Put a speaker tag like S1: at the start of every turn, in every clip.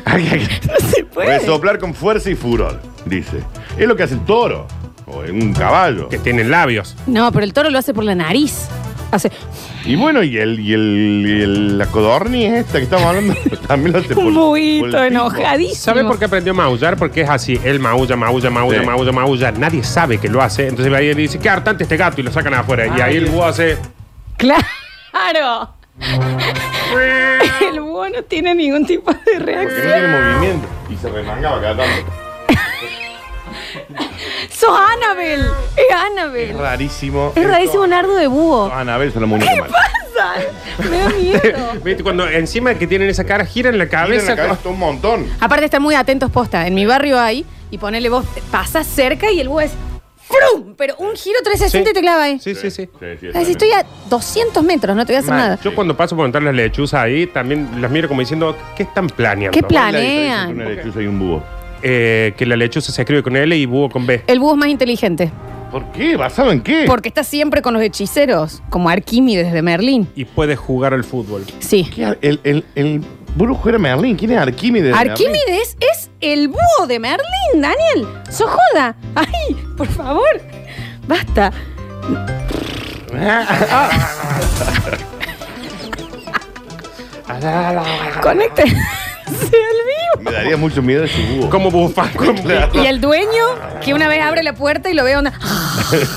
S1: No se puede.
S2: Resoplar con fuerza y furor, dice. Es lo que hace el toro o un caballo.
S3: Que tienen labios.
S1: No, pero el toro lo hace por la nariz. Hace.
S2: Y bueno, y el, y el, y el- la codorniz esta que estamos hablando también lo hace por-
S1: Un
S2: por
S1: buito
S2: el pico.
S1: enojadísimo.
S3: ¿Sabe por qué aprendió a maullar? Porque es así. Él maulla, maulla, maulla,
S2: Sí.
S3: maulla, maulla. Nadie sabe que lo hace. Entonces va ahí y dice, qué hartante este gato. Y lo sacan afuera. y ahí el búho hace...
S1: Claro. El búho no tiene ningún tipo de
S2: Porque no
S1: reacción.
S2: tiene movimiento. Y se remangaba cada tanto.
S1: ¡Sos Annabel! ¡Es Annabel!
S2: Rarísimo. Ah,
S1: Es rarísimo un ardo de búho.
S2: Anabel se lo muñeca mal.
S1: ¿Qué sal. Me da miedo.
S3: ¿Viste? Cuando encima que tienen esa cara, giran la
S2: Mira en
S3: cabeza.
S2: la cabeza un montón.
S1: Aparte están muy atentos posta. En mi barrio hay, y ponele vos, pasas cerca y el búho es ¡frum! Pero un giro 360 y te clava ahí.
S3: Sí, sí, sí.
S1: Ah, si estoy a 200 metros, no te voy a hacer
S3: Mal.
S1: nada.
S3: Yo cuando paso por entrar las lechuzas ahí, también las miro como diciendo, ¿qué están planeando?
S1: ¿Qué plan?
S2: ¿Cuál es la diferencia
S1: planean.
S2: entre Una lechuza y un búho.
S3: Eh, que la lechuza se escribe con L y búho con B.
S1: El búho es más inteligente.
S2: ¿Por qué? ¿Basado en qué?
S1: Porque está siempre con los hechiceros, como Arquímedes de Merlín.
S3: Y puede jugar al fútbol.
S1: Sí.
S2: ¿Qué ar- El, el, el brujo era Merlín. ¿Quién es Arquímedes? de Merlín?
S1: Arquímedes es el búho de Merlín, Daniel. ¡So joda! ¡Ay, por favor! Basta.
S2: Ah.
S1: Conecten.
S2: Me daría mucho miedo ese búho.
S3: Como bufán. como-
S1: Y el dueño, que una vez abre la puerta y lo ve onda.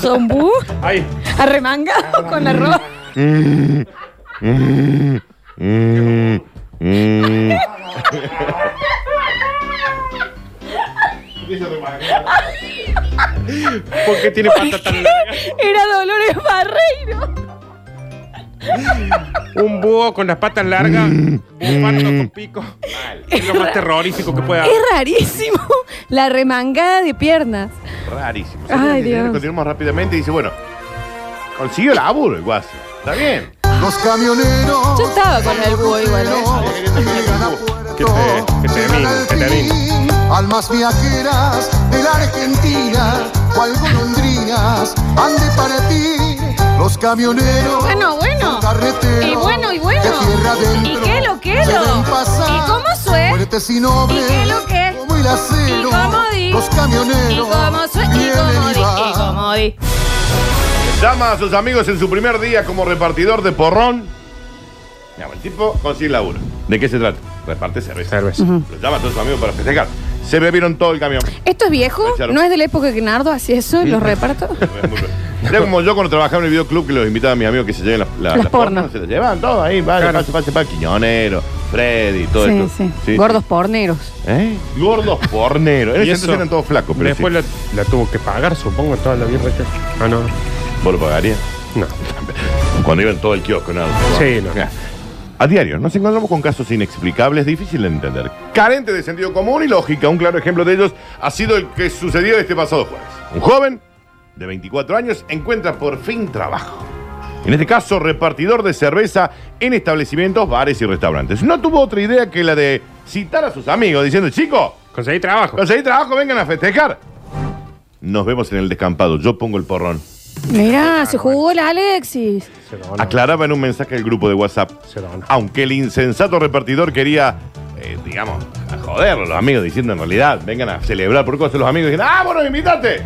S1: ¿Son búho?
S3: Ay,
S1: Arremangado con la ropa.
S2: Mm, mm.
S3: ¿por qué tiene patas tan largas?
S1: Era Dolores Barreiro.
S3: Un búho con las patas largas,
S2: Mm,
S3: bufando con pico. Es lo más terrorífico que pueda
S1: Es
S3: haber.
S1: rarísimo la remangada de piernas.
S2: Rarísimo.
S1: Ay,
S2: Señores,
S1: Dios.
S2: Continuamos rápidamente y dice, bueno, consiguió laburo el guaso. Está bien.
S4: Los camioneros.
S1: Yo estaba con el búho igual. ¿eh?
S3: Que te, que te min, que te min.
S4: Almas viajeras de la Argentina, cual golondrinas han de partir los camioneros.
S1: Bueno, bueno.
S4: carreteros
S1: Y bueno, y bueno.
S4: de tierra
S1: ¿Y
S4: adentro
S1: qué lo que
S4: se
S1: lo?
S4: ven pasar
S1: ¿Y cómo sue?
S4: fuertes y nobles,
S1: ¿Y qué lo que?
S4: Como el acero,
S1: ¿Y cómo di?
S4: los
S1: Y
S4: camioneros.
S1: como soy, y
S4: vienen
S1: como di,
S4: van.
S1: y como di.
S2: Llama a sus amigos en su primer día como repartidor de porrón. Mira, el tipo consigue laburo. ¿De qué se trata? Reparte cerveza.
S3: Cerveza.
S2: Lo llama a todos sus amigos para festejar. Se bebieron todo el camión.
S1: ¿Esto es viejo?
S2: Claro.
S1: ¿No es de la época que Nardo hacía eso en los repartos?
S2: Era como yo cuando trabajaba en el videoclub que los invitaba a mis amigos que se lleven las, la-
S1: Las
S2: las
S1: porno.
S2: Se las llevaban todo ahí, vale,
S3: Claro.
S2: pase, pase, pase, Quiñonero, Freddy, todo
S1: Sí,
S2: eso.
S1: sí, Gordos porneros.
S2: ¿Eh? Gordos porneros. En
S3: Y
S2: ese
S3: eso-
S2: entonces eran todos flacos, pero
S3: Después
S2: sí.
S3: la, la tuvo que pagar, supongo, toda la vieja. que- Ah, no.
S2: ¿Vos lo pagarías?
S3: No.
S2: Cuando iban todo el kiosco, nada.
S3: Sí, no.
S2: A diario nos encontramos con casos inexplicables, difíciles de entender, carentes de sentido común y lógica. Un claro ejemplo de ellos ha sido el que sucedió este pasado jueves. Un joven de 24 años encuentra por fin trabajo. En este caso, repartidor de cerveza en establecimientos, bares y restaurantes. No tuvo otra idea que la de citar a sus amigos diciendo, chicos,
S3: Conseguí trabajo.
S2: conseguí trabajo, vengan a festejar. Nos vemos en el descampado, yo pongo el porrón.
S1: Mirá, se jugó el Alexis.
S3: Se lo van a-
S2: Aclaraba en un mensaje al grupo de WhatsApp.
S3: Se lo van a-
S2: Aunque el insensato repartidor quería, eh, digamos, a joderlo, los amigos diciendo en realidad, vengan a celebrar por cosas, los amigos dijeron, ¡ah, vos nos invitaste!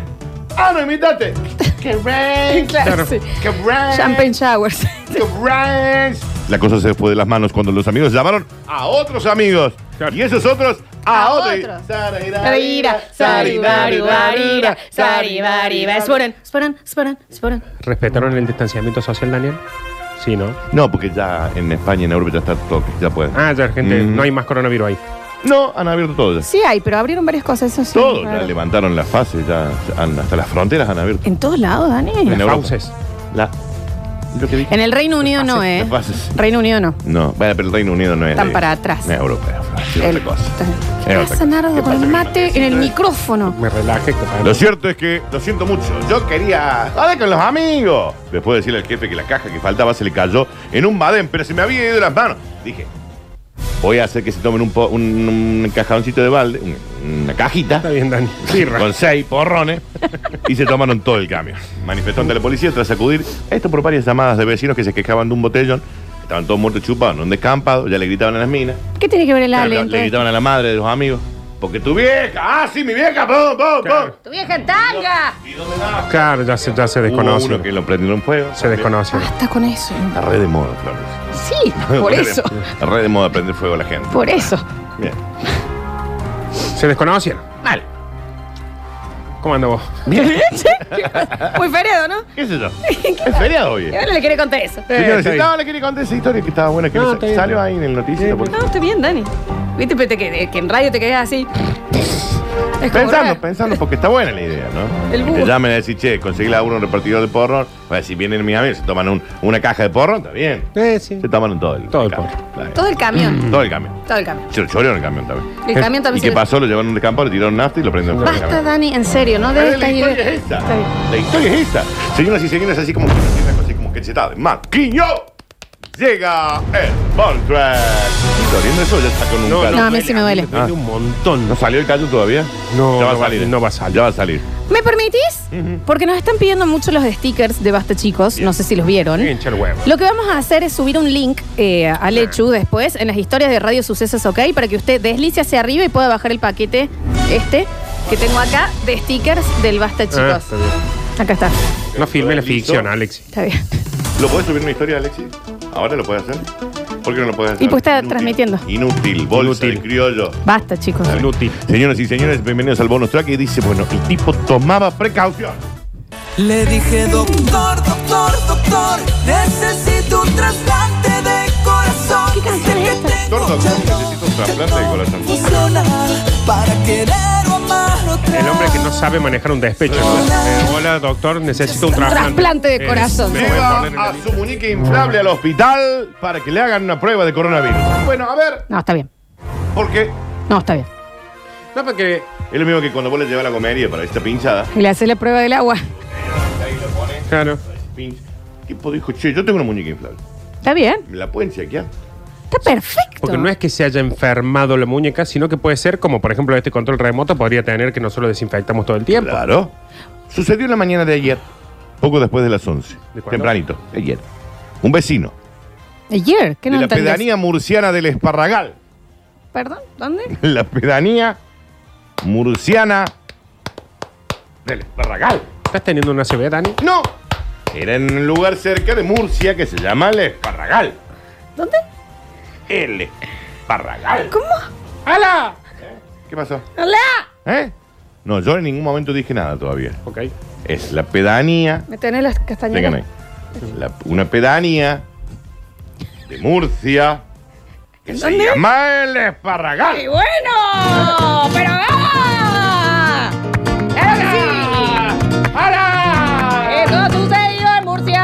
S2: ¡Ah, nos invitaste! ¡Qué ranch!
S1: Claro, sí.
S2: ¡Qué ranch!
S1: Champagne Showers.
S2: ¡Qué ranch! La cosa se fue de las manos cuando los amigos llamaron a otros amigos.
S3: Claro.
S2: Y esos otros a,
S1: A
S2: otros.
S1: otros.
S2: Sarairarira,
S1: Sarira, saribaribarira, saribariba. Sporan, sporan, sporan, sporan.
S3: ¿Respetaron el distanciamiento social, Daniel? Sí, ¿no?
S2: No, porque ya en España y en Europa ya está todo, ya pueden.
S3: Ah, ya, gente,
S2: Mm.
S3: no hay más coronavirus ahí.
S2: No, han abierto todo ya.
S1: Sí hay, pero abrieron varias cosas, eso sí.
S2: Todo,
S1: claro.
S2: ya levantaron las fases, ya, ya han- hasta las fronteras han abierto.
S1: En todos lados,
S2: En
S1: Dani.
S2: Europa.
S3: Fauces.
S2: La- lo que vi-
S1: En el Reino Unido Eh. no,
S2: Las
S1: ¿eh?
S2: fases.
S1: Reino Unido no.
S2: No, bueno, pero el Reino Unido no es.
S1: Están
S2: de-
S1: para atrás.
S2: No es europeo, es otra
S1: El-
S2: cosa.
S1: ¿Qué
S2: Es otra
S1: pasa,
S2: cosa.
S1: Nardo,
S2: ¿Qué
S1: con
S2: pasa
S1: el
S2: con
S1: mate en el micrófono?
S3: Me relaje. que para-
S2: Lo cierto es que lo siento mucho. Yo quería. ¡Dale con los amigos! Después de decirle al jefe que la caja que faltaba se le cayó en un badén, pero se me había ido de las manos. Dije. Voy a hacer que se tomen un, po- un, un cajoncito de balde, un- una cajita.
S3: Está bien, Dani. Birra.
S2: con seis porrones y se tomaron todo el camión. Manifestante de la policía tras acudir, esto por varias llamadas de vecinos que se quejaban de un botellón, estaban todos muertos chupados en un descampado, ya le gritaban a las minas,
S1: ¿Qué tiene que ver el
S2: ya
S1: Ale?
S2: le, le
S1: entonces?
S2: gritaban a la madre de los amigos, porque tu vieja, ah, sí, mi vieja, pum, pum,
S3: Claro.
S1: ¡Tu vieja tanga!
S3: Claro, ya se, ya se
S2: pum. Hubo
S3: desconoce.
S2: uno que lo prendieron fuego.
S3: Se desconoce.
S1: Basta con eso.
S2: La red de moda, Flores.
S1: Sí, por eso.
S2: La red de moda prender fuego a la gente.
S1: Por eso.
S2: Bien.
S3: Se desconocieron. Mal. ¿Cómo anda vos?
S1: Muy feriado, ¿no?
S2: ¿Qué sé yo? Es feriado hoy.
S1: Y ahora le quiere contar eso.
S2: Señores,
S3: está bien.
S2: no, le quería contar esa historia que estaba buena, que
S3: No,
S2: le-
S3: está bien.
S2: salió ahí en el noticiero. por-
S1: No, está bien, Dani. Viste, pero te quedé- que en radio te quedás así. ¿Te
S2: Pensando,
S1: juro?
S2: pensando, porque está buena la idea, ¿no?
S1: El búho.
S2: Que llamen a decir, che, conseguí laburo en un repartidor de porro. A ver, si vienen mis amigos, se toman un- una caja de porro, está bien.
S3: Eh, sí.
S2: Se toman todo el,
S3: Todo el
S2: camión.
S3: porro.
S2: Está bien.
S1: Todo el camión.
S2: Todo el camión.
S1: Todo el camión.
S2: Se lo chorearon el camión también.
S1: El camión
S2: Mm. ¿Y
S1: también
S2: qué
S1: se-
S2: pasó? Lo llevaron al campo, le tiraron nafta y lo prendieron fuego al
S1: Basta,
S2: camión.
S1: Dani, en serio, no de
S2: Pero la
S1: estas
S2: historia
S1: ideas.
S2: es esta.
S1: Está bien.
S2: La historia es esta. Señoras y señores, así como así como cachetada. Maquiño llega el Voltrack. ¿Está doliendo eso? Ya está con un
S3: No,
S2: calor.
S1: No, a mí sí me duele. Ah.
S3: duele un montón.
S2: ¿No salió el callo todavía?
S3: No,
S2: ya va
S3: no
S2: a
S3: va-
S2: salir.
S3: no va a salir.
S2: Ya va a salir.
S1: ¿Me permitís? Porque nos están pidiendo mucho los stickers de Basta Chicos. No sé si los vieron.
S3: Hincha el huevo.
S1: Lo que vamos a hacer es subir un link eh, a Lechu después en las historias de Radio Sucesos OK para que usted deslice hacia arriba y pueda bajar el paquete este que tengo acá de stickers del Basta Chicos.
S3: Ah, está bien.
S1: acá está.
S3: No filme la
S2: Listo.
S3: ficción, Alex.
S1: Está bien.
S2: ¿Lo podés subir una historia, Alexis? ¿Ahora lo puedes hacer? ¿Por qué no lo puedes hacer?
S1: Y pues está
S2: Inútil.
S1: transmitiendo.
S2: Inútil, bolsa
S3: Inútil.
S2: de criollo.
S1: Basta, chicos.
S3: Inútil.
S2: Señoras y señores, bienvenidos al bonus track. Y dice, bueno, el tipo tomaba precaución.
S5: Le dije, doctor, doctor, doctor, necesito un trasplante de corazón.
S1: ¿Qué canción es esta?
S2: Doctor, doctor, necesito un trasplante de corazón.
S5: Funcionar para querer o amar otra
S3: El hombre que no sabe manejar un despecho. ¿no? Eh, hola, doctor, necesito un trasplante.
S1: Trasplante de
S3: Eh,
S1: corazón.
S3: me voy a
S2: Lleva
S3: poner en la
S2: a
S3: lista.
S2: su muñeca inflable al hospital para que le hagan una prueba de coronavirus. Bueno, a ver,
S1: No, está bien.
S2: porque
S1: No, está bien.
S3: No, porque
S2: es lo mismo que cuando vos le llevas la comedia para esta pinchada.
S1: Y le hace la prueba del agua.
S3: Claro.
S2: Pinch. El tipo dijo, che, yo tengo una muñeca inflable.
S1: Está bien.
S2: ¿Me la pueden chequear?
S1: Está perfecto.
S3: Porque no es que se haya enfermado la muñeca, sino que puede ser, como por ejemplo este control remoto podría tener que nosotros desinfectamos todo el tiempo.
S2: Claro. Sucedió en la mañana de ayer, poco después de las 11.
S3: ¿De cuándo?
S2: tempranito, de ayer. Un vecino
S1: Ayer, ¿qué
S2: de
S1: no
S2: la
S1: entendés?
S2: pedanía murciana del Esparragal.
S1: Perdón, ¿dónde?
S2: La pedanía murciana del Esparragal.
S3: ¿Estás teniendo una CB, Dani?
S2: No. Era en un lugar cerca de Murcia que se llama el Esparragal.
S1: ¿Dónde?
S2: El Esparragal.
S1: ¿Cómo?
S2: ¡Hala! ¿Eh? ¿Qué pasó?
S1: ¡Hola!
S2: ¿Eh? No, yo en ningún momento dije nada todavía.
S3: Ok.
S2: Es la pedanía.
S1: ¿Me tenés las
S2: Vengan
S1: castañeras?
S2: ahí. La- una pedanía de Murcia que se
S1: ¿Dónde?
S2: llama el Esparragal.
S1: ¡Y bueno! ¡Pero ah! ¡Claro que sí! ¡Eso sucedió en Murcia!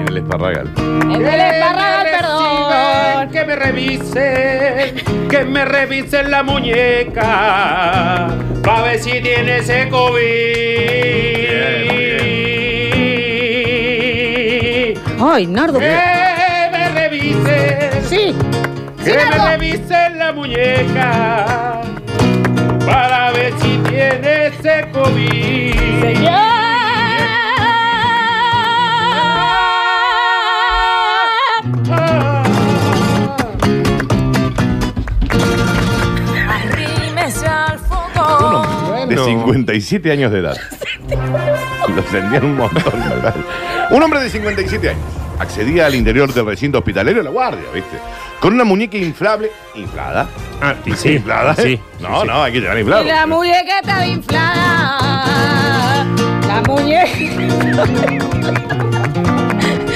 S2: En el Esparragal.
S1: ¡En el Esparragal, perdón!
S3: Que me revisen, que me revisen la muñeca, para ver si tiene ese COVID.
S1: ¡Ay, Nardo!
S3: Que me revisen,
S1: ¡Sí! ¡Sí,
S3: que me
S1: Nardo!
S3: revisen la muñeca, para ver si tiene ese COVID.
S1: ¡Señor!
S2: De
S3: Bueno.
S2: 57 años de edad. Lo sentía un montón. la verdad. un hombre de 57 años accedía al interior del recinto hospitalero de la guardia, ¿viste? Con una muñeca inflable. ¿Inflada?
S3: Ah, y sí,
S2: ¿Inflada?
S3: sí,
S2: ¿eh?
S3: sí,
S2: No,
S3: sí.
S2: no, hay que llevar
S1: Y la
S2: inflado.
S1: muñeca estaba inflada. La muñeca.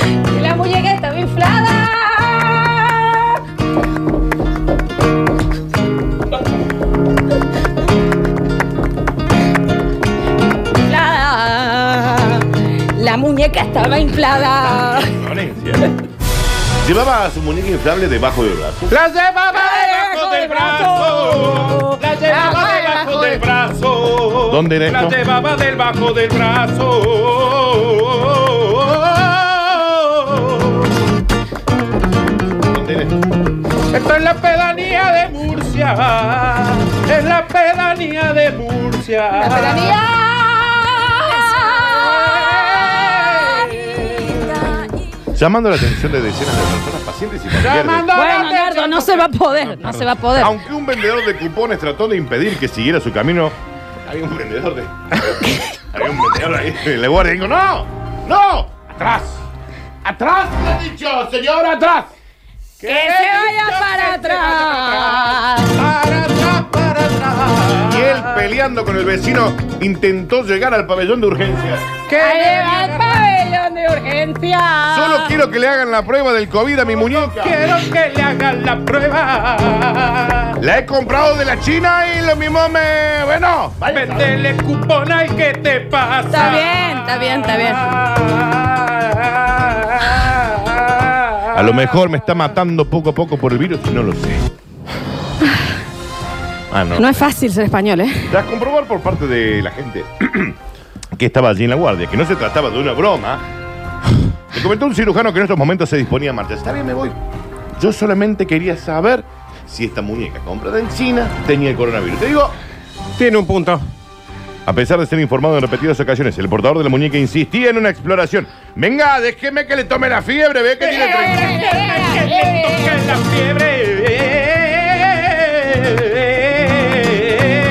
S1: Y la muñeca estaba inflada. Inflada. La muñeca estaba inflada.
S2: Florencia. Llevaba a su muñeca inflable debajo del brazo.
S3: La llevaba debajo del brazo. La llevaba debajo del brazo.
S2: ¿Dónde era
S3: La
S2: esto?
S3: llevaba debajo del brazo.
S2: ¿Dónde era?
S3: Esto es la pedanía de Murcia. Es la pedanía de Murcia.
S1: La pedanía.
S2: Llamando la atención de decenas de personas, pacientes y familiares.
S3: Llamando a la
S1: Bueno, Nardo, no se va a poder, no se va a poder.
S2: Aunque un vendedor de cupones trató de impedir que siguiera su camino, había un vendedor de. había un vendedor ahí en la guardia y dijo: ¡No! ¡No! ¡Atrás! ¡Atrás! ¡Le he dicho, señor, atrás!
S1: ¡Que se vaya para atrás!
S3: Para atrás, para atrás.
S2: Y él peleando con el vecino intentó llegar al pabellón de urgencias.
S1: ¡Que le va al pabellón de urgencia!
S2: Solo Yo quiero que le hagan la prueba del COVID a mi muñeca.
S3: Quiero que le hagan la prueba.
S2: La he comprado de la China y lo mismo me. Bueno, vaya.
S3: Vendele cupón al que te pasa.
S1: Está bien, está bien, está bien.
S2: A lo mejor me está matando poco a poco por el virus y no lo sé. Ah, no.
S1: No es fácil ser español, ¿eh?
S2: Tras comprobar por parte de la gente que estaba allí en la guardia, que no se trataba de una broma, le comentó un cirujano que en estos momentos se disponía a marchar. Está bien, me voy. Yo solamente quería saber si esta muñeca comprada en China tenía el coronavirus. Te digo,
S3: Tiene un punto.
S2: a pesar de ser informado en repetidas ocasiones, el portador de la muñeca insistía en una exploración. Venga, déjeme que le tome la fiebre, ve que tiene... tre-
S3: Que le toque la fiebre.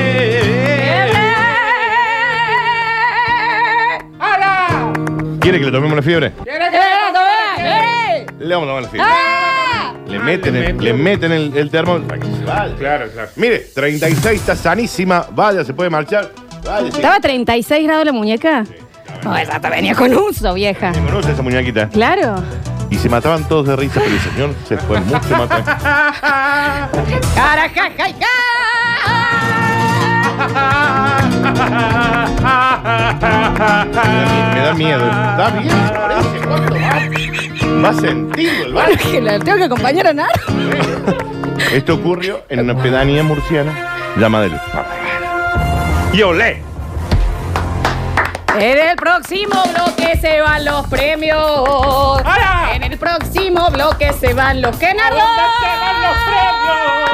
S3: ¡Hala!
S2: ¿Quiere que le tomemos la fiebre?
S3: ¿Quiere que le toque?
S2: Le vamos a tomar la fiebre.
S1: Ah.
S2: Le meten, el, le meten el, el termo para que se vaya.
S3: Claro, claro.
S2: Mire, 36 está sanísima. Vaya, se puede marchar. Vaya, sí.
S1: ¿Estaba a 36 grados la muñeca? No, esa te venía con uso, vieja.
S2: Me conoce esa muñequita.
S1: Claro.
S2: Y se mataban todos de risa, pero el señor se fue mucho más tranquilo. Me da miedo. Está bien, parece. ¿Cuánto más? Más sentido el
S1: Bueno,
S2: barrio.
S1: que la tengo que acompañar a nada.
S2: Esto ocurrió en una pedanía murciana llamada El Parragal.
S3: Y olé.
S1: En el próximo bloque se van los premios.
S3: ¡Ara!
S1: En el próximo bloque se van los que
S3: ¿A dónde se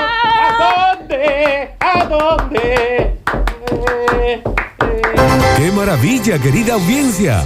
S3: van los premios? ¿A dónde? ¿A dónde?
S6: ¡Qué maravilla, querida audiencia!